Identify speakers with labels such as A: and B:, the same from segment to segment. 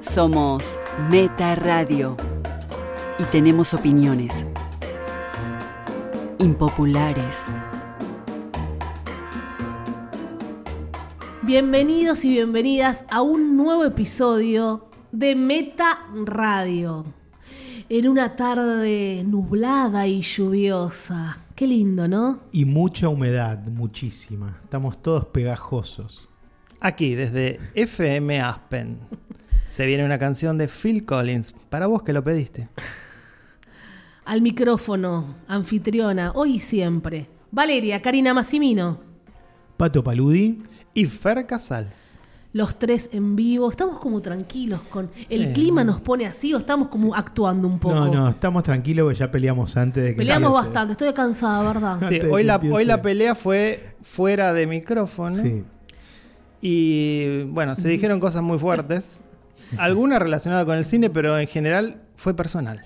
A: Somos Meta Radio y tenemos opiniones impopulares.
B: Bienvenidos y bienvenidas a un nuevo episodio de Meta Radio. En una tarde nublada y lluviosa. Qué lindo, ¿no?
C: Y mucha humedad, muchísima. Estamos todos pegajosos.
D: Aquí, desde FM Aspen, se viene una canción de Phil Collins. Para vos que lo pediste.
B: Al micrófono, anfitriona, hoy y siempre. Valeria, Karina Massimino,
C: Pato Paludi,
D: Y Fer Casals.
B: los tres en vivo. Estamos como tranquilos con...
D: Sí.
B: ¿El clima nos pone así o estamos como actuando un poco?
C: No, no, estamos tranquilos porque ya peleamos antes de que
B: Peleamos
C: empiece.
B: bastante, estoy cansada, ¿verdad?
D: Sí,
C: Antes de
D: hoy,
C: que
D: la,
C: empiece.
D: hoy la pelea fue fuera de micrófono.
C: Sí.
D: Y bueno, se dijeron cosas muy fuertes. Algunas relacionadas con el cine, pero en general fue personal.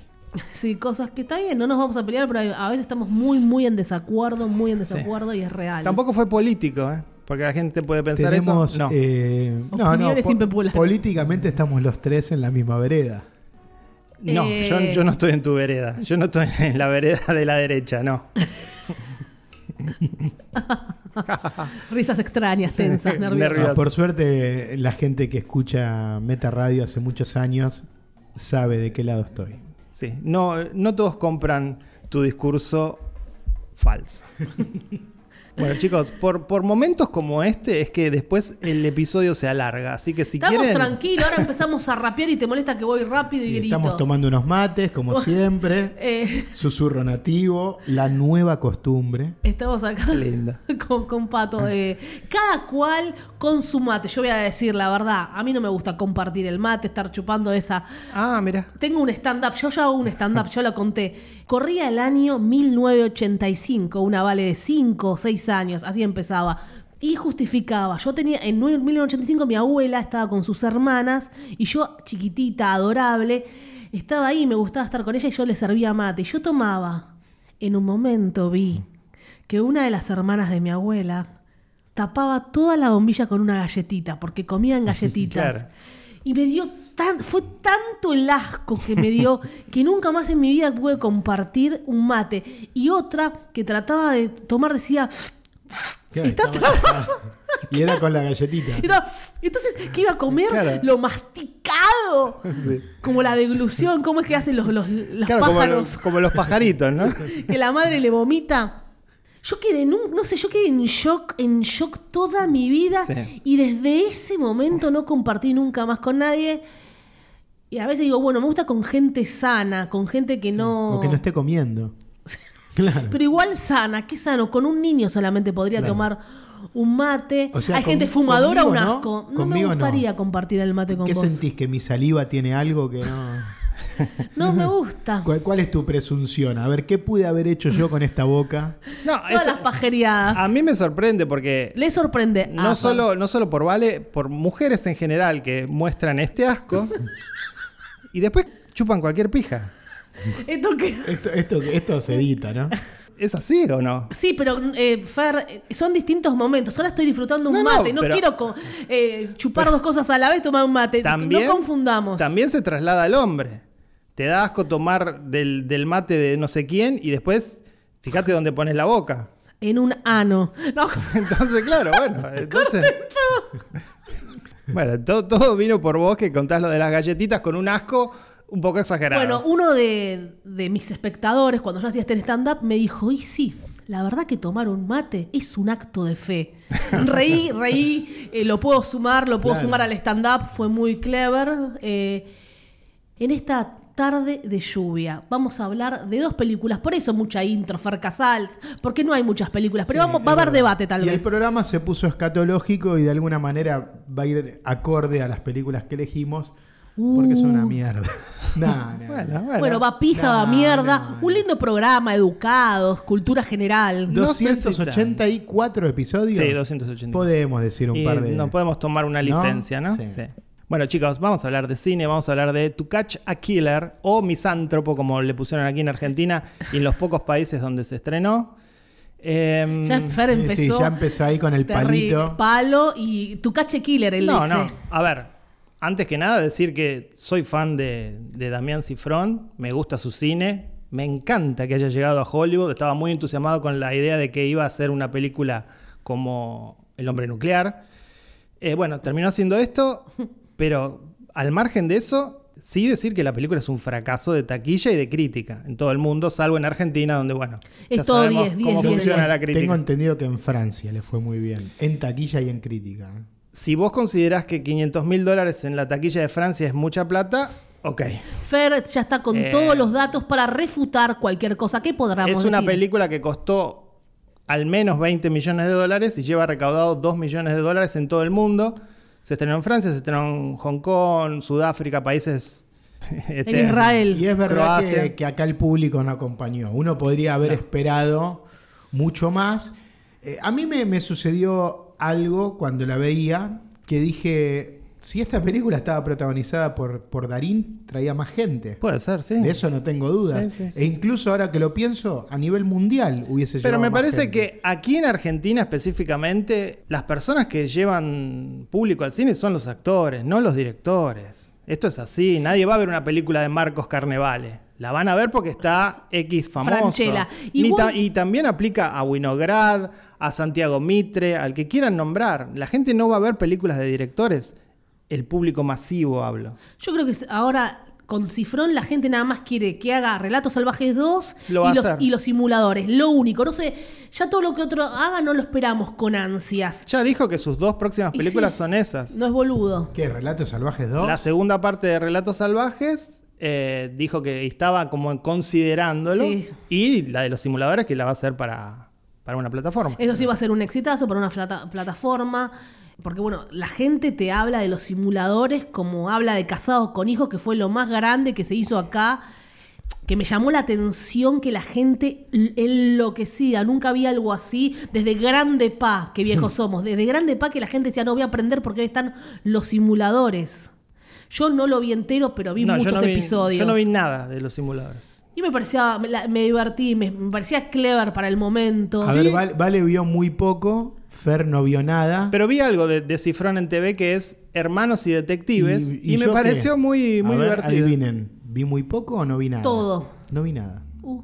B: Sí, cosas que está bien, no nos vamos a pelear, pero a veces estamos muy, muy en desacuerdo, muy en desacuerdo y es real.
D: Tampoco fue político, ¿eh? porque la gente puede pensar
C: Tenemos,
D: eso. No.
C: eh, no, no,
B: Opiniones
C: po-
B: impopulares.
C: políticamente estamos los tres en la misma vereda.
D: No,
B: Eh.
D: yo, yo no estoy en tu vereda. Yo no estoy en la vereda de la derecha, no.
B: Risas extrañas, tensas, nerviosas.
D: Nervios.
C: Ah, por suerte, la gente que escucha Meta Radio hace muchos años sabe de qué lado estoy.
D: Sí. No, no todos compran tu discurso falso. bueno, chicos, por, por momentos como este es que después el episodio se alarga. Así que si
B: Estamos
D: quieren.
B: tranquilos, ahora empezamos a rapear y te molesta que voy rápido y
C: Sí,
B: grito.
C: estamos tomando unos mates, como siempre.
B: Eh,
C: Susurro nativo, la nueva costumbre.
B: estamos acá
D: Qué linda.
B: con, con Pato. eh, cada cual con su mate. Yo voy a decir la verdad, a mí no me gusta compartir el mate, estar chupando esa...
D: Ah, mira.
B: Tengo un stand-up, yo ya hago un stand-up, yo lo conté. Corría el año 1985, una vale de 5 o 6 años, así empezaba. Y justificaba, yo tenía, en 1985 mi abuela estaba con sus hermanas y yo, chiquitita, adorable, estaba ahí, me gustaba estar con ella y yo le servía mate. Y yo tomaba. En un momento vi que una de las hermanas de mi abuela tapaba toda la bombilla con una galletita, porque comían galletitas.
D: Claro.
B: Y me dio tan, fue tanto el asco que me dio que nunca más en mi vida pude compartir un mate. Y otra que trataba de tomar decía,
C: Claro,
B: Está
C: estamos- y era con la galletita.
B: era- entonces que iba a comer
D: Claro.
B: lo masticado.
D: Sí.
B: Como la deglución, cómo es que hacen los, los, los
D: Claro, como
B: pájaros
D: los, como los pajaritos, ¿no?
B: que la madre le vomita. Yo quedé, en un- no sé, yo quedé en shock, en shock toda mi vida
D: Sí.
B: y desde ese momento no compartí nunca más con nadie. Y a veces digo, bueno, me gusta con gente sana, con gente que no...
C: O que no esté comiendo. Claro.
B: Pero igual sana, qué sano. Con un niño solamente podría
C: Claro.
B: tomar un mate.
C: O sea,
B: Hay
C: con-
B: gente fumadora, un
C: conmigo no,
B: asco. No, me
C: conmigo no.
B: gustaría compartir el mate con
C: ¿Qué
B: vos.
C: sentís? ¿Que mi saliva tiene algo que no.?
B: No me gusta.
C: ¿Cuál, cuál es tu presunción? A ver, ¿qué pude haber hecho yo con esta boca?
D: No,
B: Todas
D: eso-
B: las pajereadas.
C: Ah.
D: a mí me sorprende porque
B: Le sorprende.
D: no
B: Ah,
D: solo, no solo por Vale, por mujeres en general que muestran este asco y después chupan cualquier pija.
B: Esto que...
C: Esto, esto, esto se edita, ¿no?
D: ¿Es así o no?
B: Sí, pero eh, Fer, eh, son distintos momentos. Ahora estoy disfrutando un
D: No, no,
B: mate. No,
D: pero-
B: quiero co- eh, chupar dos cosas a la vez, tomar un mate.
D: También,
B: Eh, no confundamos.
D: También se traslada al hombre. Te da asco tomar del, del mate de no sé quién y después fíjate dónde pones la boca.
B: En un ano. No,
D: Entonces, claro, bueno, entonces. Bueno, to- todo vino por vos que contás lo de las galletitas con un asco un poco exagerado.
B: bueno, uno de, de mis espectadores, cuando yo hacía este stand-up, me dijo, y sí, la verdad que tomar un mate es un acto de fe. Reí, reí, eh, lo puedo sumar, lo puedo
C: Claro.
B: sumar al stand-up, fue muy clever. eh, En esta tarde de lluvia vamos a hablar de dos películas, por eso mucha intro, Fer Casals, porque no hay muchas películas, pero
C: Sí,
B: vamos,
C: es
B: va a haber
C: verdad.
B: debate tal
C: y
B: vez.
C: El programa se puso escatológico y de alguna manera va a ir acorde a las películas que elegimos porque son una mierda. Nah, nah.
D: bueno, bueno.
B: Uh. bueno, va pija, va
C: no,
B: mierda,
C: no, no.
B: un lindo programa, educados, cultura general.
D: No
C: 284 episodios.
D: Sí, 280.
C: Podemos decir un
D: Y
C: par de.
D: Nos podemos tomar una
C: ¿No?
D: licencia, ¿no?
C: Sí.
D: Sí. Bueno, chicos, vamos a hablar de cine, vamos a hablar de To Catch a Killer o Misántropo, como le pusieron aquí en Argentina y en los pocos países donde se estrenó. Em,
B: Ya Fer
C: Eh, Sí,
B: empezó.
C: ya empezó ahí con el
B: Terri-
C: palito.
B: Palo y tu cache killer, él
D: no,
B: dice.
D: no. A ver, antes que nada decir que soy fan de, de Damián Cifrón, me gusta su cine, me encanta que haya llegado a Hollywood, estaba muy entusiasmado con la idea de que iba a hacer una película como El hombre nuclear. Eh, bueno, terminó haciendo esto, pero al margen de eso, sí decir que la película es un fracaso de taquilla y de crítica en todo el mundo, salvo en Argentina, donde, bueno,
B: Es
D: ya
B: todo
D: sabemos
B: 10, 10,
D: cómo
B: 10,
D: funciona
B: 10.
D: la crítica.
C: Tengo entendido que en Francia le fue muy bien, en taquilla y en crítica. ¿eh?
D: Si vos considerás que 500 mil dólares en la taquilla de Francia es mucha plata, ok.
B: Fer ya está con
D: Eh.
B: todos los datos para refutar cualquier cosa que podamos
D: es una
B: decir.
D: película que costó al menos 20 millones de dólares y lleva recaudado 2 millones de dólares en todo el mundo. Se estrenó en Francia, se estrenó en Hong Kong, Sudáfrica, países...
B: En Israel.
C: Y es verdad
D: Croacia.
C: que, que acá el público no acompañó. Uno podría haber esperado mucho más. Eh, a mí me, me sucedió algo cuando la veía que dije, si esta película estaba protagonizada por, por Darín, traía más gente.
D: Puede ser, sí.
C: De eso no tengo dudas.
D: Sí, sí, sí.
C: E incluso ahora que lo pienso, a nivel mundial hubiese
D: Pero
C: llevado
D: me
C: más
D: parece
C: gente.
D: que aquí en Argentina específicamente, las personas que llevan público al cine son los actores, no los directores. Esto es así, nadie va a ver una película de Marcos Carnevale. La van a ver porque está X famoso.
B: Franchella.
D: Ni
B: Igual-
D: ta- y también aplica a Winograd, a Santiago Mitre, al que quieran nombrar. La gente no va a ver películas de directores. El público masivo hablo.
B: Yo creo que ahora con Cifrón la gente nada más quiere que haga Relatos Salvajes 2
D: Lo va
B: y,
D: a
B: los,
D: hacer.
B: y los simuladores. Lo único, no sé, ya todo lo que otro haga no lo esperamos con ansias.
D: Ya dijo que sus dos próximas
B: Y
D: películas
B: sí,
D: son esas.
B: No es boludo.
C: ¿Qué? ¿Relatos salvajes 2?
D: La segunda parte de Relatos Salvajes eh, dijo que estaba como considerándolo.
B: Sí.
D: Y la de los simuladores que la va a hacer para, para una plataforma.
B: Eso sí va a ser un exitazo para una plata- plataforma. Porque bueno, la gente te habla de los simuladores como habla de casados con hijos, que fue lo más grande que se hizo acá. Que me llamó la atención que la gente l- enloquecida. Nunca había algo así. Desde Grande Pa, que viejos somos. Desde Grande Pa que la gente decía, no voy a aprender porque ahí están los simuladores. Yo no lo vi entero, pero vi
D: No,
B: muchos
D: yo no vi-
B: episodios.
D: yo no vi nada de los simuladores.
B: Y me parecía, me, la- me divertí, me, me parecía clever para el momento.
C: A ver, Val- Vale vio muy poco, Fer no vio nada.
D: Pero vi algo de, de Cifrón en TV que es Hermanos y Detectives. Y, me
C: yo
D: pareció
C: qué?
D: muy,
C: A
D: muy
C: ver,
D: divertido.
C: Adivinen, ¿vi muy poco o no vi nada?
B: Todo.
C: No vi nada.
B: Uh.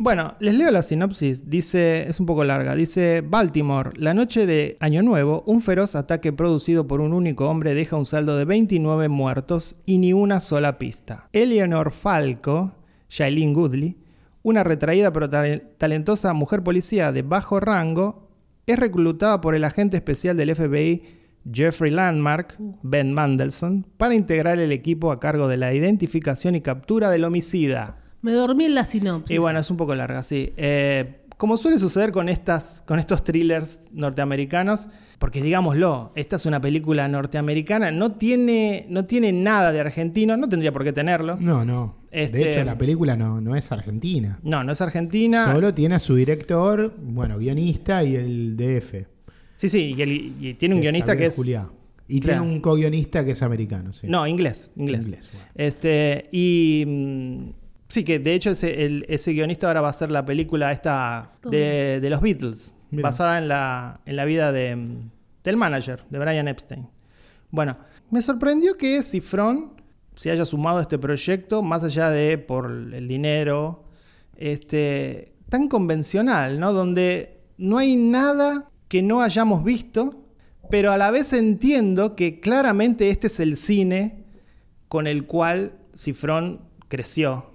D: Bueno, les leo la sinopsis. Dice, es un poco larga. Dice, Baltimore, la noche de Año Nuevo, un feroz ataque producido por un único hombre deja un saldo de 29 muertos y ni una sola pista. Eleanor Falco, Shailene Goodley, una retraída pero ta- talentosa mujer policía de bajo rango, es reclutada por el agente especial del FBI Jeffrey Landmark, Ben Mandelson, para integrar el equipo a cargo de la identificación y captura del homicida.
B: Me dormí en la sinopsis.
D: Y bueno, es un poco larga, sí. Eh, como suele suceder con, estas, con estos thrillers norteamericanos, porque digámoslo, esta es una película norteamericana, no tiene, no tiene nada de argentino, no tendría por qué tenerlo.
C: No, no.
D: Este-
C: De hecho, la película no, no es argentina.
D: No, no es argentina.
C: Solo tiene a su director, bueno, guionista y el DF.
D: Sí, sí, y, el- y tiene un
C: que
D: guionista
C: Javier
D: que es...
C: Juliá. Y
D: Claro.
C: tiene un co-guionista que es americano, sí.
D: No, inglés, inglés.
C: Inglés, bueno.
D: Este, y mm, sí, que de hecho ese, el- ese guionista ahora va a hacer la película esta de, de los Beatles,
C: Mira.
D: basada en la, en la vida de, mm, del manager, de Brian Epstein. Bueno, me sorprendió que Cifrón se haya sumado a este proyecto, más allá de por el dinero, este, tan convencional, ¿no? Donde no hay nada que no hayamos visto, pero a la vez entiendo que claramente este es el cine con el cual Cifrón creció.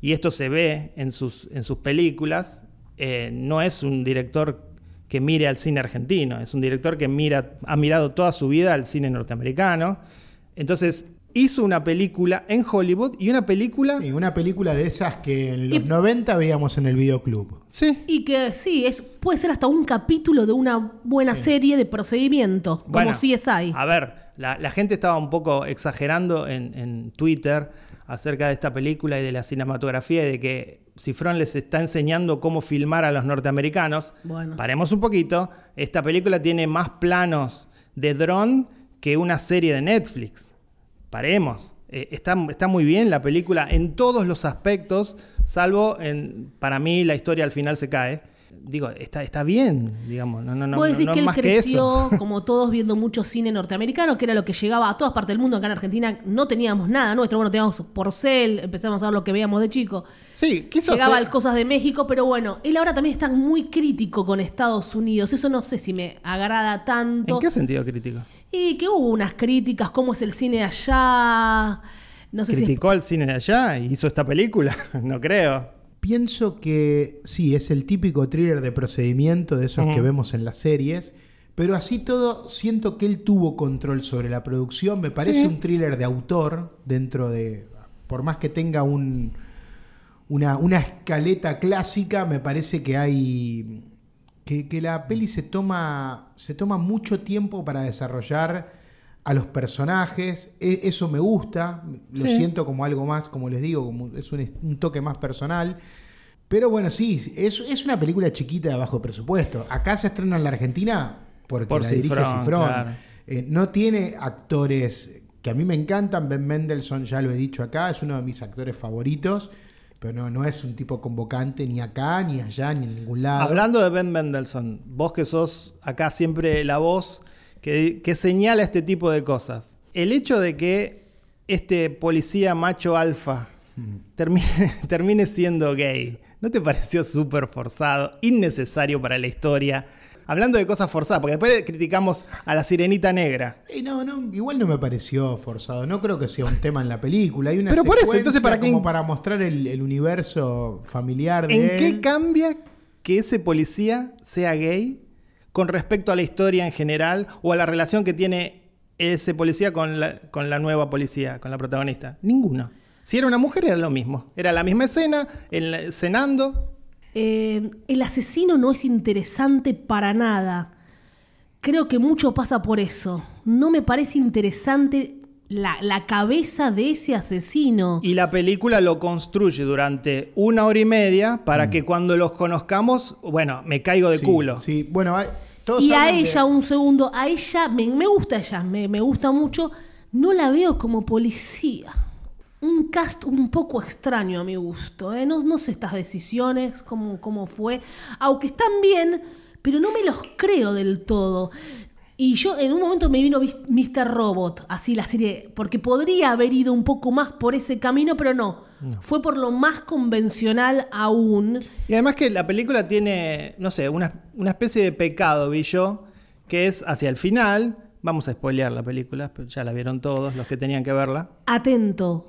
D: Y esto se ve en sus, en sus películas. Eh, no es un director que mire al cine argentino, es un director que mira, ha mirado toda su vida al cine norteamericano. Entonces, hizo una película en Hollywood y una película...
C: Sí, una película de esas que en los
B: Y-
C: 90 veíamos en el videoclub.
D: Sí.
B: Y que sí, es, puede ser hasta un capítulo de una buena serie de procedimiento, como
D: Bueno,
B: CSI.
D: A ver, la, la gente estaba un poco exagerando en, en Twitter acerca de esta película y de la cinematografía y de que Cifrón les está enseñando cómo filmar a los norteamericanos.
B: Bueno.
D: Paremos un poquito. Esta película tiene más planos de dron que una serie de Netflix. Paremos. Eh, está, está muy bien la película en todos los aspectos, salvo en, para mí la historia al final se cae. digo, está, está bien, digamos, no, no, no,
B: Vos
D: no,
B: decís
D: no
B: que
D: es
B: él
D: más que eso.
B: creció, como todos, viendo mucho cine norteamericano, que era lo que llegaba a todas partes del mundo. Acá en Argentina no teníamos nada nuestro. Bueno, teníamos Porcel, empezamos a ver lo que veíamos de chico.
D: Sí, quiso
B: Llegaba
D: hacer-
B: al Cosas de México, pero bueno, él ahora también está muy crítico con Estados Unidos. Eso no sé si me agrada tanto.
D: ¿En qué sentido crítico?
B: Y que hubo unas críticas, cómo es el cine de allá. No sé si.
D: ¿Criticó al cine de allá y hizo esta película? no creo.
C: Pienso que sí, es el típico thriller de procedimiento de esos que vemos en las series, pero así todo siento que él tuvo control sobre la producción. Me parece
D: Sí.
C: un thriller de autor dentro de. Por más que tenga un, una, una escaleta clásica, me parece que hay. Que, que la peli se toma, se toma mucho tiempo para desarrollar a los personajes. E- eso me gusta. Lo
D: Sí.
C: siento como algo más, como les digo, como es un, est- un toque más personal. Pero bueno, sí, es, es una película chiquita de bajo presupuesto. Acá se estrena en la Argentina porque
D: Por
C: la dirige
D: Cifrón,
C: Cifrón.
D: claro.
C: Eh, no tiene actores que a mí me encantan. Ben Mendelssohn, ya lo he dicho acá, es uno de mis actores favoritos. Pero no, no es un tipo convocante ni acá, ni allá, ni en ningún lado.
D: Hablando de Ben Mendelssohn, vos que sos acá siempre la voz que, que señala este tipo de cosas. El hecho de que este policía macho alfa termine, termine siendo gay, ¿no te pareció súper forzado, innecesario para la historia? Hablando de cosas forzadas, porque después criticamos a la sirenita negra.
C: Y no, no, igual no me pareció forzado. No creo que sea un tema en la película. Hay una
D: Pero por eso,
C: secuencia
D: entonces, ¿para qué
C: como
D: in-
C: para mostrar el, el universo familiar de
D: ¿En
C: él.
D: qué cambia que ese policía sea gay con respecto a la historia en general o a la relación que tiene ese policía con la, con la nueva policía, con la protagonista? Ninguno. Si era una mujer era lo mismo. Era la misma escena, en la- cenando.
B: Eh, el asesino no es interesante para nada. Creo que mucho pasa por eso. No me parece interesante la, la cabeza de ese asesino.
D: Y la película lo construye durante una hora y media para que cuando los conozcamos, bueno, me caigo de
C: Mm. Sí,
D: culo.
C: Sí, bueno, hay- todos
B: Y a
C: hablan de-
B: ella, un segundo, a ella, me, me gusta ella, me, me gusta mucho, no la veo como policía. Un cast un poco extraño a mi gusto, ¿eh? no, no sé estas decisiones, cómo, cómo fue, aunque están bien, pero no me los creo del todo. Y yo en un momento me vino vis- Mr. Robot, así la serie, porque podría haber ido un poco más por ese camino, pero no. Fue por lo más convencional aún.
D: Y además que la película tiene, no sé, una, una especie de pecado, vi yo, que es hacia el final. Vamos a spoilear la película, pero ya la vieron todos los que tenían que verla.
B: Atento,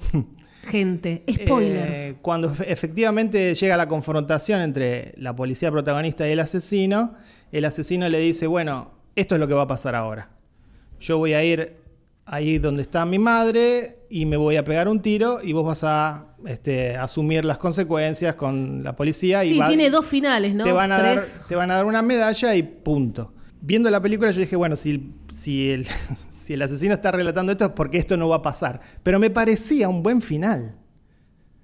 B: gente. Spoilers.
D: Eh, cuando efe- efectivamente llega la confrontación entre la policía protagonista y el asesino, el asesino le dice, bueno, esto es lo que va a pasar ahora. Yo voy a ir ahí donde está mi madre y me voy a pegar un tiro y vos vas a este, asumir las consecuencias con la policía. Y
B: sí,
D: va-
B: tiene dos finales, ¿no?
D: te, van a dar,
B: Tres.
D: te van a dar una medalla y punto. Viendo la película yo dije, bueno, si, si, el, si el asesino está relatando esto es porque esto no va a pasar. Pero me parecía un buen final.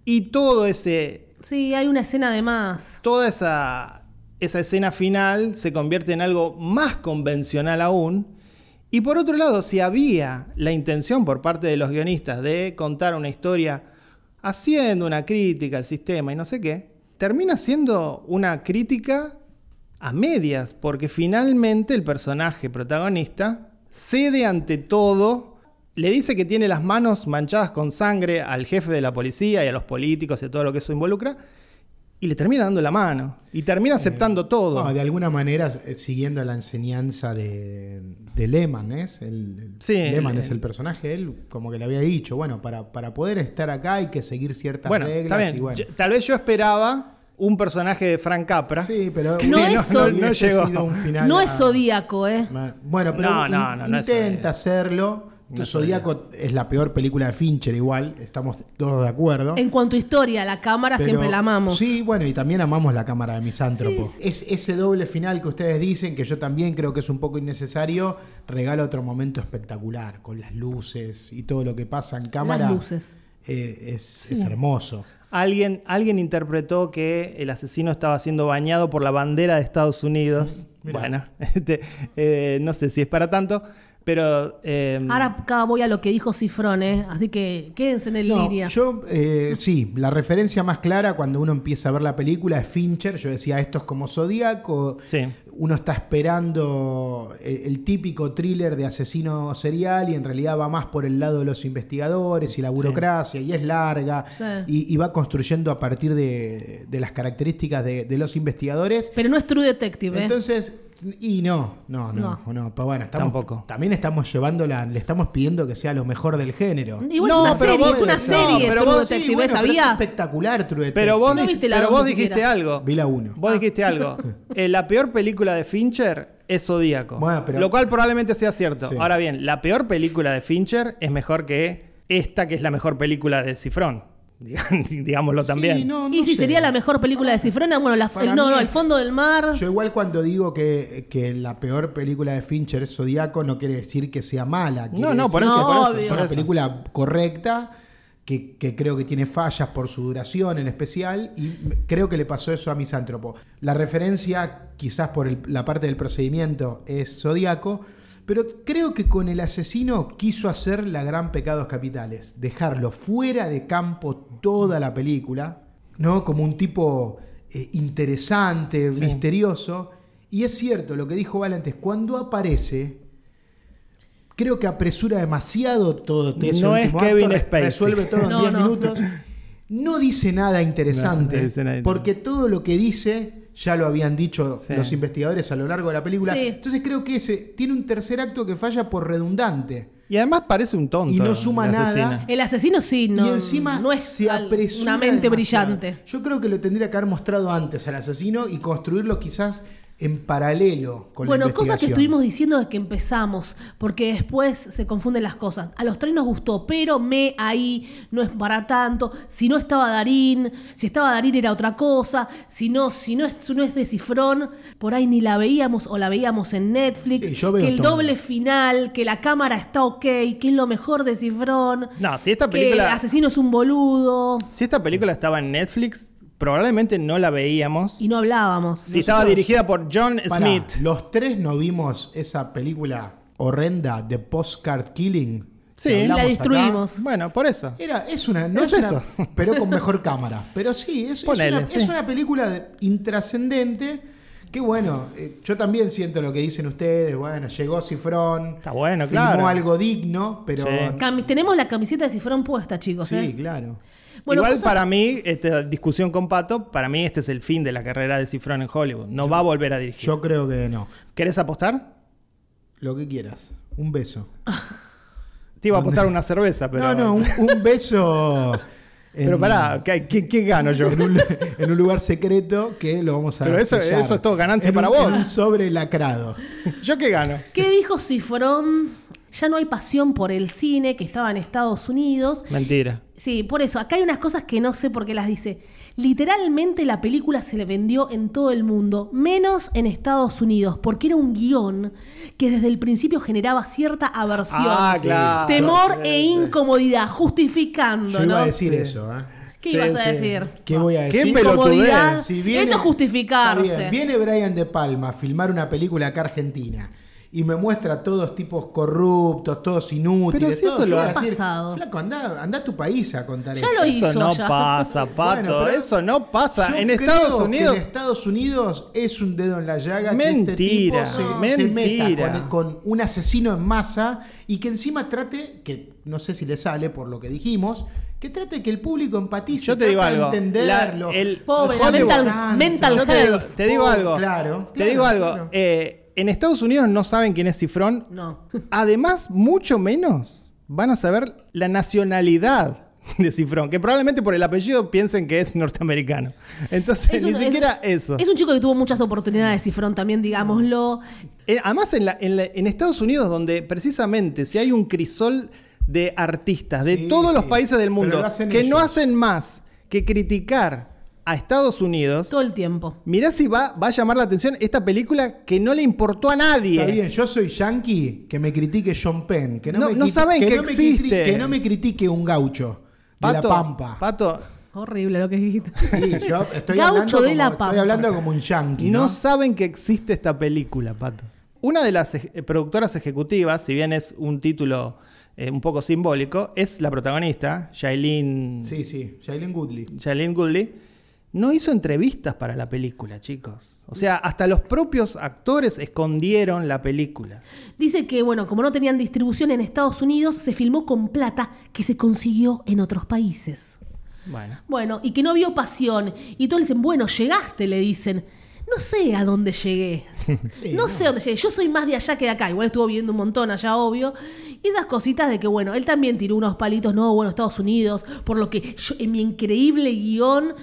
D: Y todo ese,
B: Sí, hay una escena de más.
D: toda esa, esa escena final se convierte en algo más convencional aún. Y por otro lado, si había la intención por parte de los guionistas de contar una historia haciendo una crítica al sistema y no sé qué, termina siendo una crítica a medias, porque finalmente el personaje protagonista cede ante todo, le dice que tiene las manos manchadas con sangre al jefe de la policía y a los políticos y a todo lo que eso involucra, y le termina dando la mano, y termina aceptando todo.
C: Eh, No, Ah, de alguna manera, eh, siguiendo la enseñanza de, de Lehman, ¿es? El, el-
D: Sí,
C: Lehman
D: el-
C: es el personaje, él como que le había dicho, bueno, para, para poder estar acá hay que seguir ciertas
D: Bueno,
C: reglas.
D: está bien.
C: y bueno.
D: Yo- tal vez yo esperaba un personaje de Frank Capra.
C: Sí, pero
B: No es Zod-
C: hubiese
D: no llegó.
C: sido un final
B: no
C: a-
B: es zodíaco, ¿eh?
C: Ma- Bueno, pero
D: No,
C: in-
D: no, no, no es
C: intenta
D: Zodíaco.
C: hacerlo. Zodíaco es la peor película de Fincher, igual, estamos todos de acuerdo.
B: En cuanto a historia, la cámara
C: Pero-
B: siempre la amamos.
C: Sí, bueno, y también amamos la cámara de misántropo. Es ese doble final que ustedes dicen, que yo también creo que es un poco innecesario, regala otro momento espectacular, con las luces y todo lo que pasa en cámara.
B: Las luces.
C: Eh, es, es hermoso.
D: Alguien, alguien interpretó que el asesino estaba siendo bañado por la bandera de Estados Unidos.
C: Mirá.
D: Bueno, este, eh, no sé si es para tanto, Pero. eh,
B: Ahora acá voy a lo que dijo Cifrón, ¿eh? así que quédense en el
C: No,
B: línea.
C: yo, eh, sí, la referencia más clara cuando uno empieza a ver la película es Fincher. Yo decía, esto es como Zodíaco.
D: Sí.
C: Uno está esperando el, el típico thriller de asesino serial y en realidad va más por el lado de los investigadores y la burocracia y es larga
B: Sí.
C: y, y va construyendo a partir de, de las características de, de los investigadores.
B: Pero no es True Detective. ¿eh?
C: Entonces, y no, no, no,
B: No.
C: no, pero bueno, estamos-
D: Tampoco.
C: también estamos llevándola, le estamos pidiendo que sea lo mejor del género.
B: Igual es una
D: pero
B: serie,
D: vos-
B: es una
D: no,
B: serie
D: pero
B: True
D: vos- sí,
B: Detective,
C: bueno, pero es
B: ¿sabías?
C: espectacular True Detective.
D: Pero vos,
B: No
D: dis-
B: viste la
D: pero
B: dos
D: vos
B: ni
D: dijiste
B: siquiera.
D: algo.
C: Vi la uno.
D: Vos dijiste algo. Eh, la peor película de Fincher es Zodíaco.
C: Bueno, pero-
D: Lo cual probablemente sea cierto.
C: Sí.
D: Ahora bien, la peor película de Fincher es mejor que esta, que es la mejor película de Cifrón. Digam- Digámoslo también.
C: Sí, no, no
B: y si
C: sé.
B: sería la mejor película de Cifrona, bueno, la-
C: Para
B: el- no,
C: mí
B: no,
C: es-
B: El Fondo del Mar.
C: Yo igual cuando digo que, que la peor película de Fincher es Zodíaco, no quiere decir que sea mala. quiere
D: No, no, por
C: decir
D: eso,
B: No,
D: por eso,
B: obvio.
C: que es
D: por
C: una
D: eso.
C: película correcta, que, que creo que tiene fallas por su duración en especial, y me- creo que le pasó eso a Misántropo. La referencia, quizás por el- la parte del procedimiento, es Zodíaco, pero creo que con el asesino quiso hacer la gran pecados capitales, dejarlo fuera de campo toda la película, ¿no? Como un tipo eh, interesante, misterioso. Y es cierto lo que dijo Val antes, cuando aparece, creo que apresura demasiado todo este ese
D: No es
C: último
D: Kevin
C: re-
D: Spacey.
C: Resuelve todo en
B: No,
C: 10
B: no.
C: minutos. No dice nada interesante,
D: No, no dice nada
C: porque todo lo que dice ya lo habían dicho
D: Sí.
C: los investigadores a lo largo de la película.
B: Sí.
C: Entonces creo que ese tiene un tercer acto que falla por redundante.
D: Y además parece un tonto.
C: Y no suma
D: el
C: nada.
D: asesino.
B: El asesino sí, no,
C: y encima
B: no es
C: se
B: al-
C: apresura
B: una mente
C: demasiado.
B: brillante.
C: Yo creo que lo tendría que haber mostrado antes al asesino y construirlo quizás en paralelo con la
B: Bueno,
C: investigación.
B: cosas que estuvimos diciendo desde que empezamos, porque después se confunden las cosas. A los tres nos gustó, pero me ahí no es para tanto. Si no estaba Darín, si estaba Darín era otra cosa. Si no, si no es, si no es de Cifrón, por ahí ni la veíamos o la veíamos en Netflix.
C: Sí, yo veo
B: que el
C: todo.
B: doble final, que la cámara está ok, que es lo mejor de Cifrón.
D: No, si esta
B: que el
D: película-
B: asesino es un boludo.
D: Si esta película estaba en Netflix, probablemente no la veíamos.
B: Y no hablábamos.
D: si estaba dirigida por John
C: Pará,
D: Smith.
C: Los tres no vimos esa película horrenda de Postcard Killing.
D: Sí.
C: que
D: Y la
C: hablamos acá.
B: destruimos.
D: Bueno, por eso.
C: Era, es una, no
D: Es
C: es, una-
D: eso.
C: pero con mejor cámara. Pero sí, es, es
D: Ponele,
C: una,
D: sí.
C: es una película de- intrascendente. Que bueno, eh, yo también siento lo que dicen ustedes. Bueno, llegó Cifrón,
D: Está bueno,
C: filmó
D: claro.
C: algo digno, pero
D: Sí.
B: Cam- Tenemos la camiseta de Cifrón puesta, chicos.
C: sí,
B: ¿eh?
C: claro.
B: Bueno,
D: Igual
B: cosas-
D: para mí, esta discusión con Pato, para mí este es el fin de la carrera de Cifrón en Hollywood. No va a volver a dirigir.
C: Yo creo que no.
D: ¿Querés apostar?
C: Lo que quieras. Un beso.
D: Te iba a apostar una cerveza, pero.
C: no, no, un, un beso. en-
D: Pero pará, ¿qué, qué- qué gano yo?
C: en un, lu- en un lugar secreto que lo vamos a
D: Pero eso-
C: sellar.
D: eso es todo ganancia
C: En un-
D: para vos.
C: en un sobre lacrado.
D: ¿Yo qué gano?
B: ¿Qué dijo Cifrón? Ya no hay pasión por el cine que estaba en Estados Unidos.
D: Mentira.
B: Sí, por eso. Acá hay unas cosas que no sé por qué las dice. Literalmente la película se le vendió en todo el mundo, menos en Estados Unidos, porque era un guión que desde el principio generaba cierta aversión,
D: Ah, claro.
B: temor
D: Sí,
B: e
D: sí.
B: incomodidad, justificando,
C: Yo iba
B: ¿no?
C: a decir
D: Sí.
C: eso, ¿eh?
B: ¿Qué
D: Sí,
B: ibas a
D: sí.
B: decir?
C: ¿Qué voy a
D: Qué
C: decir?
D: pelotudez.
B: Incomodidad.
C: Si viene-
B: Esto es justificarse.
C: Está bien, Viene Brian De Palma a filmar una película acá argentina y me muestra a todos tipos corruptos, todos inútiles.
D: Pero si
C: todos,
D: eso
C: yo
D: lo
C: voy a
D: ha
C: decir,
B: pasado.
C: Flaco, anda, anda a tu país a contar
B: Ya
C: esto".
B: lo hizo.
D: Eso no
B: ya.
D: pasa, Pato.
C: Bueno, pero-
D: eso no pasa.
C: Yo
D: En
C: creo
D: Estados
C: que
D: Unidos.
C: En Estados Unidos es un dedo en la llaga.
D: Mentira,
C: Que este tipo
D: no.
C: se, se
D: mentira.
C: meta con, con un asesino en masa y que encima trate, que no sé si le sale por lo que dijimos, que trate que el público empatice.
D: Yo te digo
C: trata de
D: algo,
C: Entenderlo.
D: la- el-
B: Pobre, la
C: Hollywood
B: mental-
C: santo.
B: mental
D: Yo te digo,
B: health.
D: te digo
C: Oh,
D: algo.
C: claro,
D: Te
C: claro,
D: digo algo.
C: claro.
D: Eh, en Estados Unidos no saben quién es Cifrón.
B: No.
D: Además, mucho menos van a saber la nacionalidad de Cifrón, que probablemente por el apellido piensen que es norteamericano. Entonces,
B: Es
D: ni
B: un-
D: siquiera
B: es-
D: eso.
B: Es un chico que tuvo muchas oportunidades, Cifrón, también, digámoslo.
D: Eh, Además, en, la- en la- en Estados Unidos, donde precisamente si hay un crisol de artistas de
C: Sí,
D: todos los
C: sí.
D: países del
C: Pero
D: mundo
C: lo hacen
D: que no
C: ellos.
D: hacen más que criticar a Estados Unidos,
B: Todo el tiempo.
D: mirá si va, va a llamar la atención esta película que no le importó a nadie.
C: Está bien, yo soy yankee, que me critique John Penn. Que no,
D: No-
C: me
D: no
C: criti-
D: saben que
C: no me
D: existe.
C: critique- que no me critique un gaucho de la Pampa.
D: Pato,
B: Horrible lo que dijiste.
C: Sí, yo estoy
B: Gaucho
C: hablando
B: de
C: como-
B: la
C: Estoy
B: Pampa.
C: hablando como un yankee.
D: no
C: ¿no?
D: saben que existe esta película, Pato. Una de las eje- productoras ejecutivas, si bien es un título eh, un poco simbólico, es la protagonista, Shailene,
C: Sí, sí, Jalen Goodley.
D: Shailene Woodley. No hizo entrevistas para la película, chicos. O sea, hasta los propios actores escondieron la película.
B: Dice que, bueno, como no tenían distribución en Estados Unidos, se filmó con plata que se consiguió en otros países.
D: Bueno.
B: Bueno, y que no vio pasión. Y todos le dicen, bueno, llegaste, le dicen. No sé a dónde llegué. no, sé a dónde llegué. Yo soy más de allá que de acá. Igual estuvo viviendo un montón allá, obvio. Y esas cositas de que, bueno, él también tiró unos palitos, no, bueno, Estados Unidos, por lo que yo, en mi increíble guión.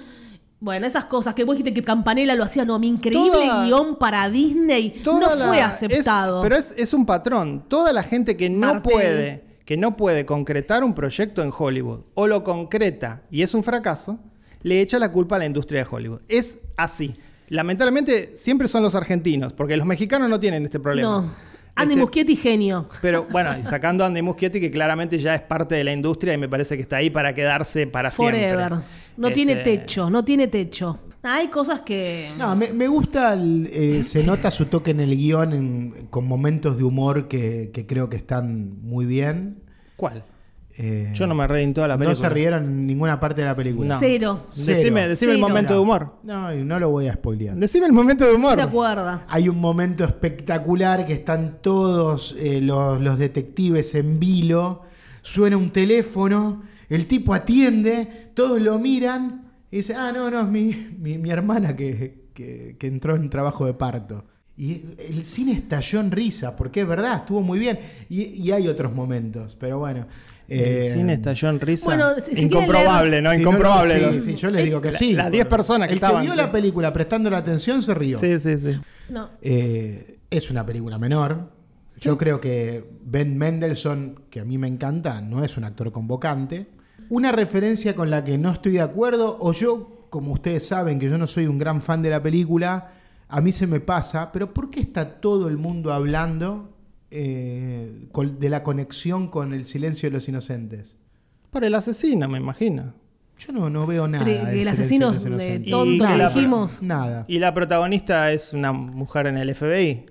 B: Bueno, esas cosas que vos dijiste que Campanella lo hacía, no, mi increíble
D: Toda-
B: guión para Disney no
D: Toda la-
B: fue
D: es-
B: aceptado.
D: pero es, es un patrón. Toda la gente que no
B: Martel.
D: puede, que no puede concretar un proyecto en Hollywood, o lo concreta y es un fracaso, le echa la culpa a la industria de Hollywood. Es así. Lamentablemente siempre son los argentinos, porque los mexicanos no tienen este problema.
B: No. Andy
D: Este,
B: Muschietti, genio.
D: Pero bueno, y sacando a Andy Muschietti, que claramente ya es parte de la industria y me parece que está ahí para quedarse para
B: Forever.
D: siempre.
B: No tiene
D: Este,
B: techo, no tiene techo. Hay cosas que.
C: No, me, me gusta, el, eh, se nota su toque en el guión en- con momentos de humor que, que creo que están muy bien.
D: ¿Cuál?
C: Eh,
D: Yo no me reí en toda la película.
C: No se rieron en ninguna parte de la película.
D: No.
B: Cero.
C: Cero.
D: Decime, decime el
B: Cero.
D: momento de humor.
C: No, y no lo voy a spoilear.
D: Decime el momento de humor.
B: Se acuerda.
C: Hay un momento espectacular que están todos eh, los, los detectives en vilo. Suena un teléfono, el tipo atiende, todos lo miran y dice, ah, no, no, es mi, mi- mi hermana que, que- que entró en trabajo de parto. Y el cine estalló en risa, porque es verdad, estuvo muy bien. Y, y hay otros momentos, pero bueno.
D: El
C: eh,
D: cine estalló en risa.
B: Bueno, si- si
D: Incomprobable,
B: quieren
D: ¿no?
C: sí,
D: Incomprobable.
C: no,
D: ¿no?
C: sí, sí, yo les digo que
D: La-
C: sí.
D: las 10 personas que
C: el
D: estaban,
C: que vio
D: sí.
C: la película prestando la atención se rió.
D: Sí, sí, sí.
B: No.
C: Eh, es una película menor. Yo creo que Ben Mendelssohn, que a mí me encanta, no es un actor convocante. Una referencia con la que no estoy de acuerdo, o yo, como ustedes saben, que yo no soy un gran fan de la película, a mí se me pasa, pero ¿por qué está todo el mundo hablando eh, col- de la conexión con el silencio de los inocentes?
D: Por el asesino, me imagino.
C: Yo no, no veo nada.
B: Tre-
C: del
B: del
C: Silencio
B: asesino
C: de los
B: de
C: Inocentes.
D: tonto Y que
C: Nada.
D: la-
B: dijimos.
C: Nada.
D: Y la protagonista es una mujer en el FBI.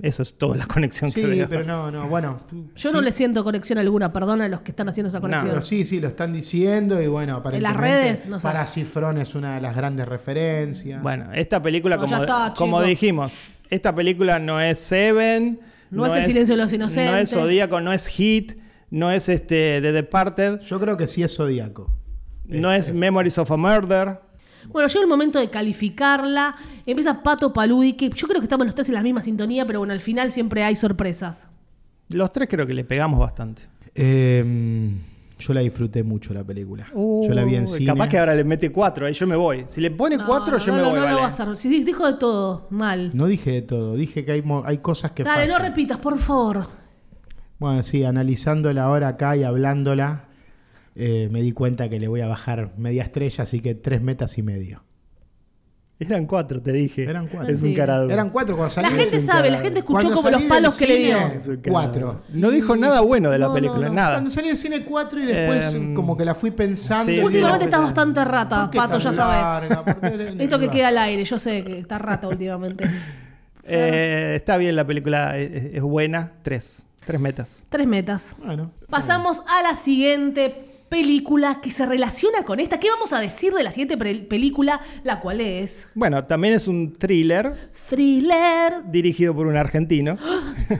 D: Eso es toda la conexión
C: Sí,
D: que veo.
C: pero no, no, bueno.
B: Yo no le siento conexión alguna, perdona a los que están haciendo esa conexión.
C: Pero sí, sí, lo están diciendo y bueno, aparentemente
B: redes, no sé.
C: para Cifrón es una de las grandes referencias.
D: Bueno, esta película,
B: No,
D: como,
B: ya está,
D: como
B: chicos.
D: dijimos, esta película no es Seven.
B: No es El silencio de los inocentes.
D: No es Zodíaco, no es Hit, no es este The Departed,
C: Yo creo que sí es Zodíaco.
D: no es Memories of a Murder.
B: Bueno, llega el momento de calificarla. Empieza Pato Paludi, que yo creo que estamos los tres en la misma sintonía, pero bueno, al final siempre hay sorpresas.
D: Los tres creo que le pegamos bastante.
C: Eh, yo la disfruté mucho la película. yo la vi en
D: Uy,
C: cine.
D: Uh, Capaz que ahora le mete cuatro, ahí yo me voy. Si le pone cuatro,
B: no,
D: yo
B: no,
D: me
B: no,
D: voy.
B: no
D: vale.
B: lo vas a. Si di- dijo de todo, mal.
C: No dije de todo, dije que hay, mo- hay cosas que
B: Dale, no
C: fallan.
B: repitas, por favor.
C: Bueno, sí, analizándola ahora acá y hablándola, eh, me di cuenta que le voy a bajar media estrella, así que tres metas y medio.
D: Eran cuatro, te dije.
C: Eran cuatro.
D: Es un
B: Mentira.
D: caradura.
C: Eran cuatro cuando salí
B: La
C: del
B: gente
C: cine.
B: sabe, la gente escuchó
C: Cuando
B: como los
C: salí
B: palos
C: del
B: que le
C: cine,
B: dio.
D: Es un caradura.
C: Cuatro.
D: No dijo nada bueno de la
B: No,
D: película,
B: no, no.
D: nada.
C: Cuando salí del cine 4 y después
D: Em,
C: como que la fui pensando.
D: sí,
C: y
D: sí.
B: Últimamente
C: digo,
B: estás bastante rata,
C: ¿por qué
B: Pato, ya
C: tan
B: sabes.
C: larga? ¿Por qué le-
B: Esto que
C: va?
B: queda al aire, yo sé que está rata últimamente.
D: Eh, está bien la película, es, es- es buena. Tres. Tres metas.
B: Tres metas.
C: Bueno,
B: Pasamos a la siguiente película que se relaciona con esta. ¿Qué vamos a decir de la siguiente pre- película? La cual es
D: Bueno, también es un thriller
B: Thriller
D: dirigido por un argentino.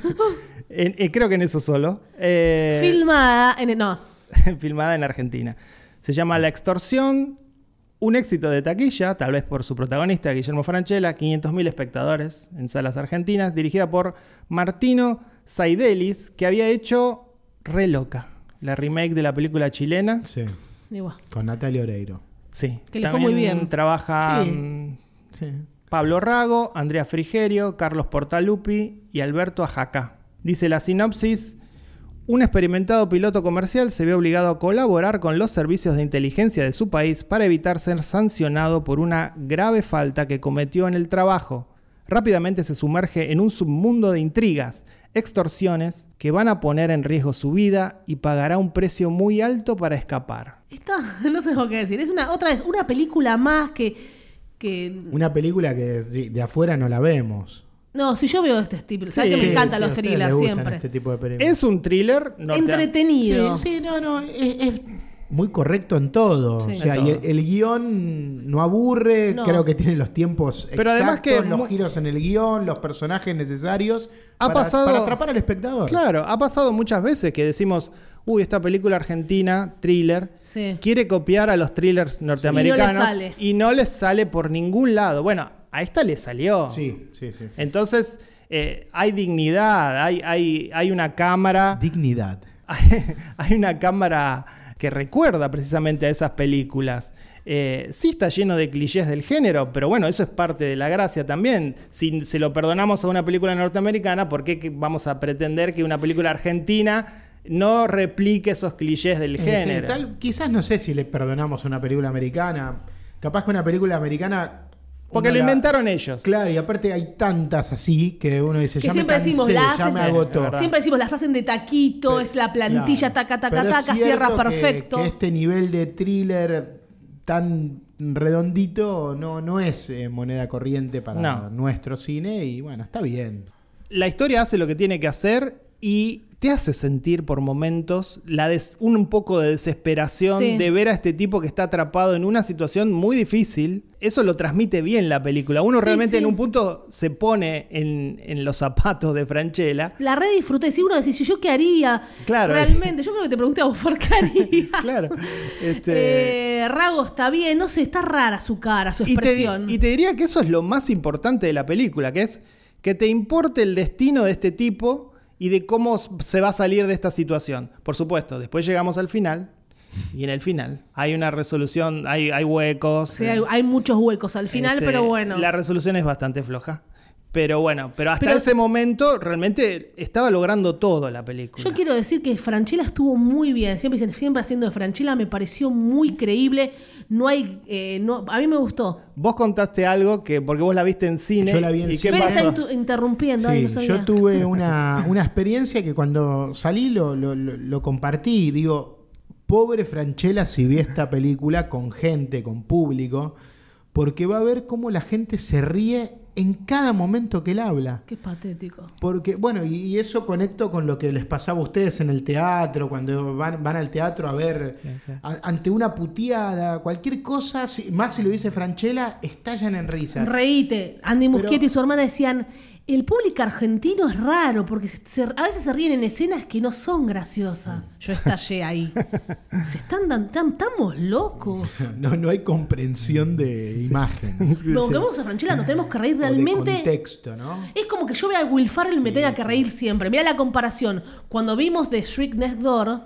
D: En- eh, creo que en eso solo. Eh,
B: filmada en no,
D: filmada en Argentina. Se llama La Extorsión, un éxito de taquilla, tal vez por su protagonista, Guillermo Franchella, 500.000 espectadores en salas argentinas, dirigida por Martino Saidelis, que había hecho Re Loca, la remake de la película chilena.
C: sí,
B: igual.
C: con Natalia Oreiro.
D: Sí,
B: Que le fue muy
D: también
B: bien.
D: Trabaja
C: Sí.
D: mm,
C: Sí.
D: Pablo Rago, Andrea Frigerio, Carlos Portalupi y Alberto Ajacá. Dice la sinopsis, un experimentado piloto comercial se ve obligado a colaborar con los servicios de inteligencia de su país para evitar ser sancionado por una grave falta que cometió en el trabajo. Rápidamente se sumerge en un submundo de intrigas, extorsiones que van a poner en riesgo su vida y pagará un precio muy alto para escapar.
B: Esta no sé qué decir. Es una otra vez una película más que que
C: Una película que sí, de afuera no la vemos.
B: No, si yo veo este estilo, sabes
D: Sí,
B: que me
D: sí,
B: encantan
C: sí, a
B: los
C: ustedes
B: thrillers
C: les gustan
B: siempre.
C: Este tipo de películas.
D: Es un thriller norteam-
B: Entretenido.
C: Sí, sí, no, no. Es, es muy correcto en todo.
B: Sí.
C: O sea,
D: En
C: y
D: todo.
C: el, el guión no aburre,
B: No.
C: creo que tiene los tiempos
D: Pero además
C: exactos,
D: que
C: los
D: mu-
C: giros en el guión, los personajes necesarios
D: Ha
C: para,
D: pasado-
C: para atrapar al espectador.
D: Claro, ha pasado muchas veces que decimos, uy, esta película argentina, thriller,
B: Sí.
D: quiere copiar a los thrillers norteamericanos
B: Y no les sale.
D: y no les sale por ningún lado. Bueno, a esta le salió.
C: Sí, sí, sí. sí.
D: Entonces, eh, hay dignidad, hay, hay, hay una cámara,
C: Dignidad.
D: hay una cámara que recuerda precisamente a esas películas. Eh, sí está lleno de clichés del género, pero bueno, eso es parte de la gracia también. Si se lo perdonamos a una película norteamericana, ¿por qué que vamos a pretender que una película argentina no replique esos clichés del
C: Eh,
D: género?
C: sí, tal- quizás no sé si le perdonamos una película americana. Capaz que una película americana.
D: Porque
C: uno
D: lo
C: la-
D: inventaron ellos.
C: Claro, y aparte hay tantas así que uno dice,
B: Que
C: ya
B: siempre
C: me cansé,
B: decimos, la
C: ya
B: hacen-
C: me
D: Sí, la
C: agotó.
D: verdad.
B: Siempre decimos, las hacen de taquito,
C: Pe-
B: es la plantilla,
C: claro.
B: taca, taca,
C: Pero es
B: taca,
C: cierto
B: cierra
C: que-
B: perfecto.
C: Que, este nivel de thriller tan redondito no, no es eh, moneda corriente para
D: No.
C: nuestro cine y bueno, está bien.
D: la historia hace lo que tiene que hacer y te hace sentir por momentos la des- un, un poco de desesperación
B: Sí.
D: de ver a este tipo que está atrapado en una situación muy difícil. Eso lo transmite bien la película. Uno
B: Sí,
D: realmente
B: sí.
D: en un punto se pone en, en los zapatos de Franchella.
B: La red disfruté. Si uno decís, "¿Y ¿yo qué haría?
D: Claro.
B: Realmente, yo creo que te pregunté a vos, Fer, ¿qué harías?
D: Claro. Este,
B: Eh, Rago está bien, no sé, está rara su cara, su
D: y, te, di-
B: expresión.
D: y te diría que eso es lo más importante de la película, que es que te importe el destino de este tipo y de cómo s- se va a salir de esta situación. Por supuesto, después llegamos al final y en el final hay una resolución, hay, hay huecos.
B: Sí,
D: eh,
B: hay, hay muchos huecos al final,
D: este,
B: pero bueno.
D: La resolución es bastante floja. Pero bueno, pero hasta
B: Pero-
D: ese momento realmente estaba logrando todo la película.
B: Yo quiero decir que Franchella estuvo muy bien. Siempre, dicen, siempre haciendo de Franchella me pareció muy creíble. No hay. eh, no, a mí me gustó.
D: Vos contaste algo que, porque vos la viste en cine.
C: Yo la vi en
D: ¿y qué
C: cine.
B: Fer está
D: pasó?
B: intu- interrumpiendo. ay,
C: Sí,
B: no sabía.
C: yo tuve una, una experiencia que cuando salí lo, lo- lo- lo compartí. Digo, pobre Franchella si vi esta película con gente, con público, porque va a ver cómo la gente se ríe en cada momento que él habla.
B: Qué patético.
C: Porque, bueno, y, y eso conecto con lo que les pasaba a ustedes en el teatro, cuando van, van al teatro a ver a- ante una puteada, cualquier cosa, si- más si lo dice Franchella, estallan en risa.
B: Reíte. Andy
C: Pero-
B: Muschietti y su hermana decían: el público argentino es raro porque se- se- a veces se ríen en escenas que no son graciosas. Yo estallé ahí. se están dan, tan- estamos locos.
C: No, no hay comprensión de imagen.
B: Cuando vemos a Franchella nos tenemos que reír
C: O
B: realmente.
C: de contexto, ¿no?
B: Es como que yo vea a Will Ferrell y me tenga que reír siempre. Mira la comparación. Cuando vimos The Shriek Next Door,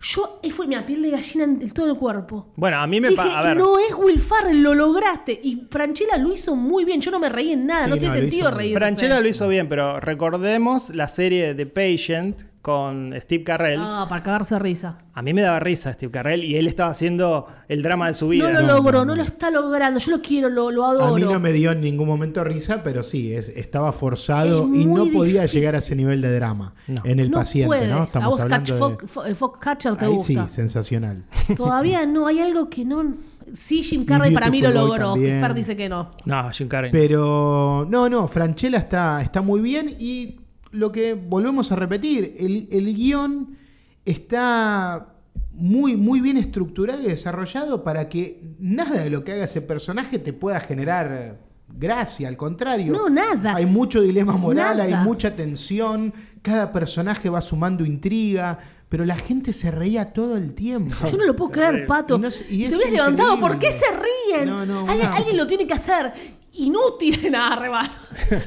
B: yo eh, fue mi piel de gallina en el- todo el cuerpo.
D: Bueno, a mí me
B: Dije,
D: pasa. A ver.
B: no es Will Ferrell, lo lograste. Y Franchella lo hizo muy bien. Yo no me reí en nada,
C: Sí,
B: no tiene
C: no, lo
B: sentido
C: hizo muy
B: reírse.
C: bien.
D: Franchella lo hizo bien, pero recordemos la serie The Patient con Steve Carrell.
B: Ah, para cagarse de risa.
D: A mí me daba risa Steve Carrell y él estaba haciendo el drama de su vida.
B: No lo
D: No,
B: logró, no, lo está logrando. Yo lo quiero, lo, lo adoro.
C: A mí no me dio en ningún momento risa, pero sí, es- estaba forzado
B: Es
C: y no
B: muy
C: podía
B: difícil.
C: llegar a ese nivel de drama
D: No.
C: en el
B: No
C: paciente,
B: puede.
C: ¿no?
B: a
C: Estamos
B: vos Catch
C: hablando de...
B: Fox- Fo- el Foxcatcher te
C: Ahí sí,
B: gusta.
C: sensacional.
B: Todavía no, hay algo que no. Sí, Jim Carrey para mí lo
C: Beautiful Boy
B: logró. Y
C: también.
B: Fer dice que no.
D: No, Jim Carrey.
C: Pero no, no, Franchella está, está muy bien y lo que volvemos a repetir, el, el guión está muy, muy bien estructurado y desarrollado para que nada de lo que haga ese personaje te pueda generar gracia, al contrario.
B: No, nada.
C: Hay mucho dilema moral,
B: Nada.
C: hay mucha tensión, cada personaje va sumando intriga, pero la gente se reía todo el tiempo.
B: Yo no lo puedo creer, Pato.
C: Y no sé- y
B: Te
C: es
B: hubieras levantado. ¿Por
C: increíble.
B: qué se ríen?
C: No, no,
B: Al-
C: una-
B: Alguien lo tiene que hacer. Inútil. Nada, rebalo.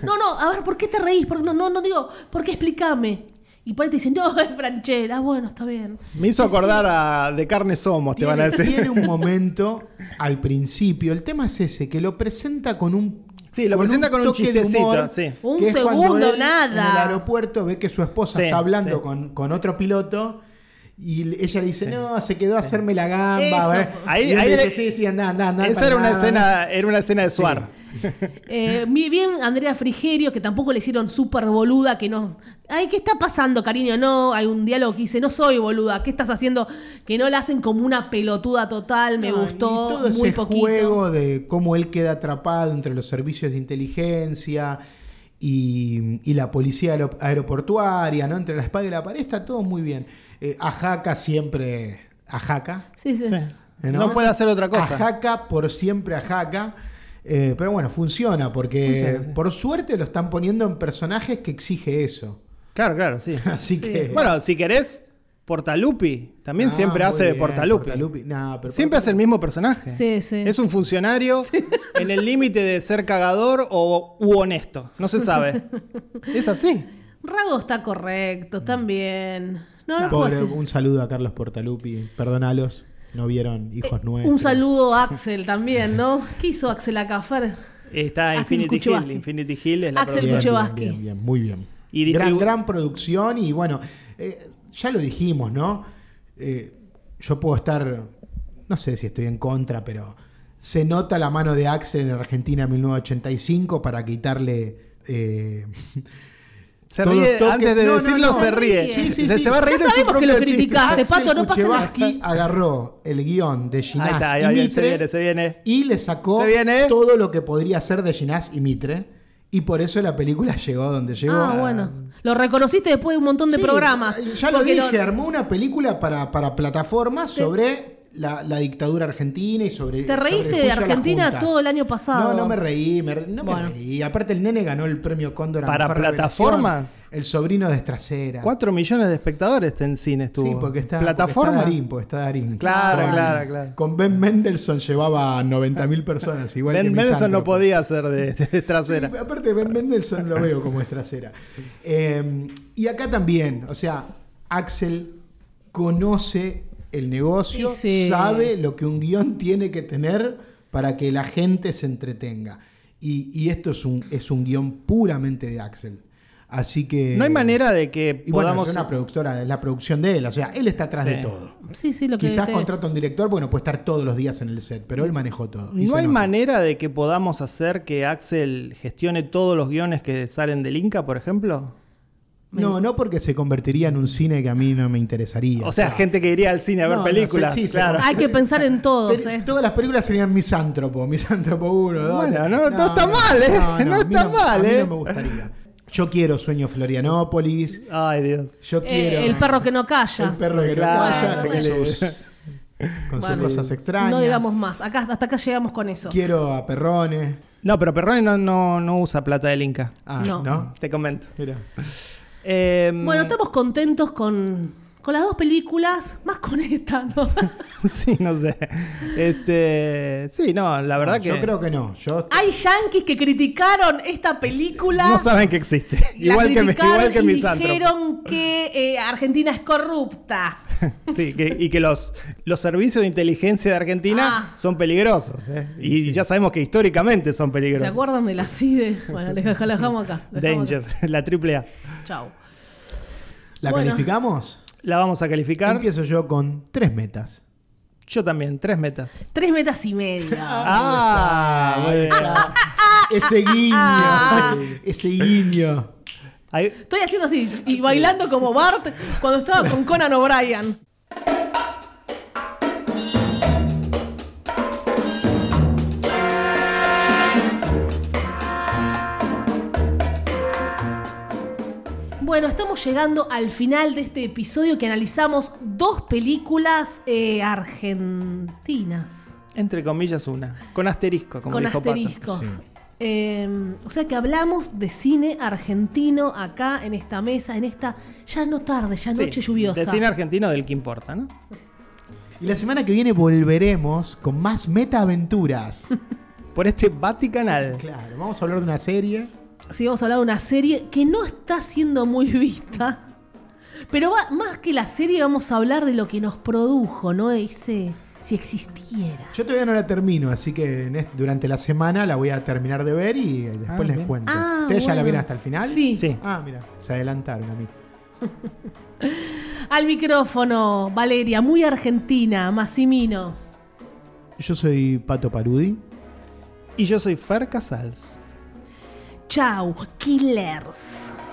B: No, no, a ver, ¿por qué te reís? Por- no, no, no digo, ¿por qué explícame? Y por ahí te dicen, no, es Franchella. Ah, Bueno, está bien.
D: Me hizo acordar a De Carne Somos, te
C: Tiene,
D: van a decir.
C: tiene un momento al principio. El tema es ese, que lo presenta con un.
D: Sí, lo presenta con un
C: toque de
D: chistecito,
C: humor,
D: sí.
B: Un
C: que es cuando
B: segundo,
C: él
B: nada.
C: En el aeropuerto ve que su esposa
D: Sí,
C: está hablando
D: sí.
C: con, con otro piloto. Y le- ella le dice, no, se quedó a hacerme la
B: Eso.
C: gamba. ¿eh?".
D: Ahí-
C: y él
D: ahí
C: dice,
D: le-
C: sí, sí, anda, anda, anda.
D: Esa
C: para
D: era una,
C: nada,
D: escena, era una escena de Suar.
B: Eh, mi- bien, Andrea Frigerio, que tampoco le hicieron súper boluda, que no. Ay, ¿qué está pasando, cariño? No, hay un diálogo que dice, no soy boluda, ¿qué estás haciendo? Que no la hacen como una pelotuda total, me
C: No,
B: gustó.
C: y todo
B: muy
C: ese
B: poquito.
C: juego de cómo él queda atrapado entre los servicios de inteligencia y, y la policía aero- aeroportuaria, ¿no? Entre la espada y la pared, está todo muy bien. Eh, Ajaca siempre. Ajaca.
B: Sí, sí.
D: Sí. No puede hacer otra cosa.
C: Ajaca por siempre Ajaca. Eh, pero bueno, funciona porque
D: Funciona, sí.
C: por suerte lo están poniendo en personajes que exige eso.
D: Claro, claro, sí.
C: Así que.
D: Bueno, si querés, Portalupi también
C: Ah,
D: siempre
C: muy
D: hace de
C: bien,
D: Portalupi.
C: No, pero
D: Siempre hace el
C: Portalupi-
D: mismo personaje.
B: Sí, sí.
D: Es un funcionario en el límite de ser cagador o u honesto. No se sabe. Es así.
B: Rago está correcto, también. Ah, No, no puedo
C: Mm. Pobre,
B: decir.
C: un saludo a Carlos Portalupi. Perdonalos, no vieron hijos nuevos.
B: Eh, Un saludo a Axel también, ¿no? ¿Qué hizo Axel acá, Fer?
D: Está
B: Axel
D: Infinity Hill.
B: Kuchewski.
D: Infinity Hill es la
B: Axel
D: productora.
C: Bien, bien,
B: Kuchewski.
C: bien, bien, muy bien.
D: Y
C: gran,
D: distribu-
C: gran producción y bueno, eh, ya lo dijimos, ¿no? Eh, yo puedo estar, no sé si estoy en contra, pero se nota la mano de Axel en Argentina 1985 para quitarle... eh,
D: Se
C: Todos
D: ríe,
C: toques-
D: antes de
C: No, no,
D: decirlo,
C: no,
D: se
B: se
D: ríe.
B: ríe. Sí,
C: sí,
D: se,
C: sí.
D: se va a reír
B: Ya
D: de su
B: sabemos que
D: propio
B: lo
D: chiste.
B: criticaste.
C: Axel
B: Pato, no pasa nada.
C: Kuchevaski agarró el guión de Ginás
D: Ahí está, ahí
C: y
D: va, bien,
C: Mitre
D: se viene, se viene.
C: y le sacó
D: Se viene.
C: todo lo que podría ser de Ginás y Mitre. Y por eso la película llegó donde llegó.
B: Ah, bueno. Lo reconociste después de un montón de
C: Sí, eh,
B: programas.
C: Ya lo
B: Porque
C: dije, armó una película para, para plataformas sobre la, la dictadura argentina y sobre.
B: Te reíste de
C: sobre el juicio a las
B: Argentina
C: juntas.
B: todo el año pasado.
C: No, no me reí, me re- no me
B: Bueno.
C: reí. Aparte, el nene ganó el premio Cóndor a
D: ¿Para
C: mejor revelación.
D: plataformas?
C: El sobrino de Estracera.
D: 4 millones de espectadores en cine estuvo.
C: Sí, porque está,
D: Plataforma.
C: porque está Darín, porque está Darín.
D: Claro,
C: Con-
D: claro, claro.
C: Con Ben Mendelssohn llevaba 90.000 personas, igual que
D: ben Mendelssohn no
C: Misántropo.
D: podía ser de, de trasera.
C: Sí, aparte, Ben Mendelssohn lo veo como es trasera. Eh, y acá también, o sea, Axel conoce el negocio,
B: Sí, sí.
C: sabe lo que un guión tiene que tener para que la gente se entretenga. Y, y esto es un, es un guión puramente de Axel. Así que.
D: no hay manera de que
C: Y bueno,
D: podamos.
C: es una productora, es la producción de él, o sea, él está atrás
D: Sí.
C: de todo.
B: Sí, sí, lo que
C: Quizás
B: te-
C: contrata a un director, bueno, puede estar todos los días en el set, pero él manejó todo. Y
D: no
C: se
D: hay
C: nota.
D: manera de que podamos hacer que Axel gestione todos los guiones que salen del Inca, por ejemplo.
C: No, no porque se convertiría en un cine que a mí no me interesaría.
D: O sea, gente que iría al cine a ver
C: No, no,
D: películas.
C: sí, sí, se
D: claro.
B: Hay que pensar en todos,
C: Ten-
B: ¿eh?
C: Todas las películas serían misántropo, misántropo 1, 2.
D: Bueno, no- no está mal, ¿eh? No está
C: A
D: mal,
C: mí
D: ¿eh?
C: no me gustaría. Yo quiero Sueño Florianópolis,
D: Ay, Dios.
C: yo
B: Eh,
C: quiero...
B: el perro que no calla.
C: El perro que no
D: Claro,
C: calla,
B: bueno,
C: con,
D: bueno.
C: sus, con sus
B: Bueno,
C: cosas extrañas.
B: No digamos más. Acá, hasta acá llegamos con eso.
C: Quiero a Perrone.
D: No, pero Perrone no, no, no usa plata del Inca.
C: Ah, ¿no?
B: No.
D: Te comento.
C: Mira.
D: Eh,
B: Bueno, estamos contentos con, con las dos películas, más con esta, ¿no?
D: Sí, no sé. Este, sí, no, la verdad que
C: Yo creo que no. Yo
B: Hay yanquis que criticaron esta película.
D: no saben que existe.
B: la
D: Igual que, mi-
B: criticaron
D: igual que
B: y
D: Misántropo.
B: dijeron que eh, Argentina es corrupta.
D: Sí, que- y que los, los servicios de inteligencia de Argentina
B: Ah.
D: son peligrosos. ¿eh? Y ya sabemos que históricamente son
B: ¿Se
D: peligrosos.
B: acuerdan de la CIDE? E? Bueno, la dej- la dejamos acá. la dejamos
D: Danger,
B: acá.
D: la triple A.
B: Chau.
C: ¿La
B: Bueno.
C: calificamos?
D: La vamos a calificar.
C: Empiezo yo con tres metas.
D: Yo también, tres metas.
B: Tres metas y media.
D: Ah, muy bien.
C: Ese
B: Ah.
C: guiño. Ese guiño.
D: Ahí-
B: Estoy haciendo así y bailando como Bart cuando estaba con Conan O'Brien. Bueno, estamos llegando al final de este episodio que analizamos dos películas eh, argentinas
D: entre comillas, una. Con asterisco, como
B: con
D: dijo Pato.
B: asteriscos.
C: Sí.
B: Eh, o sea que hablamos de cine argentino acá en esta mesa, en esta ya no tarde, ya
D: Sí,
B: noche lluviosa.
D: De cine argentino del que importa, ¿no?
C: Y la semana que viene volveremos con más meta-aventuras.
D: Por este Vaticanal.
C: Claro, vamos a hablar de una serie.
B: Sí, vamos a hablar de una serie que no está siendo muy vista. Pero va- más que la serie vamos a hablar de lo que nos produjo, ¿no? Ese, si existiera.
C: Yo todavía no la termino, así que en este- durante la semana la voy a terminar de ver y después
D: Ah,
C: les
D: bien.
C: cuento.
B: Ah,
C: ¿Ustedes ya la
B: bueno.
C: vieron hasta el final?
B: Sí.
D: Sí.
C: Ah, mira, se adelantaron a mí.
B: Al micrófono, Valeria, muy argentina, Massimino.
C: Yo soy Pato Parudi.
D: Y yo soy Fer Casals.
B: Chau, killers.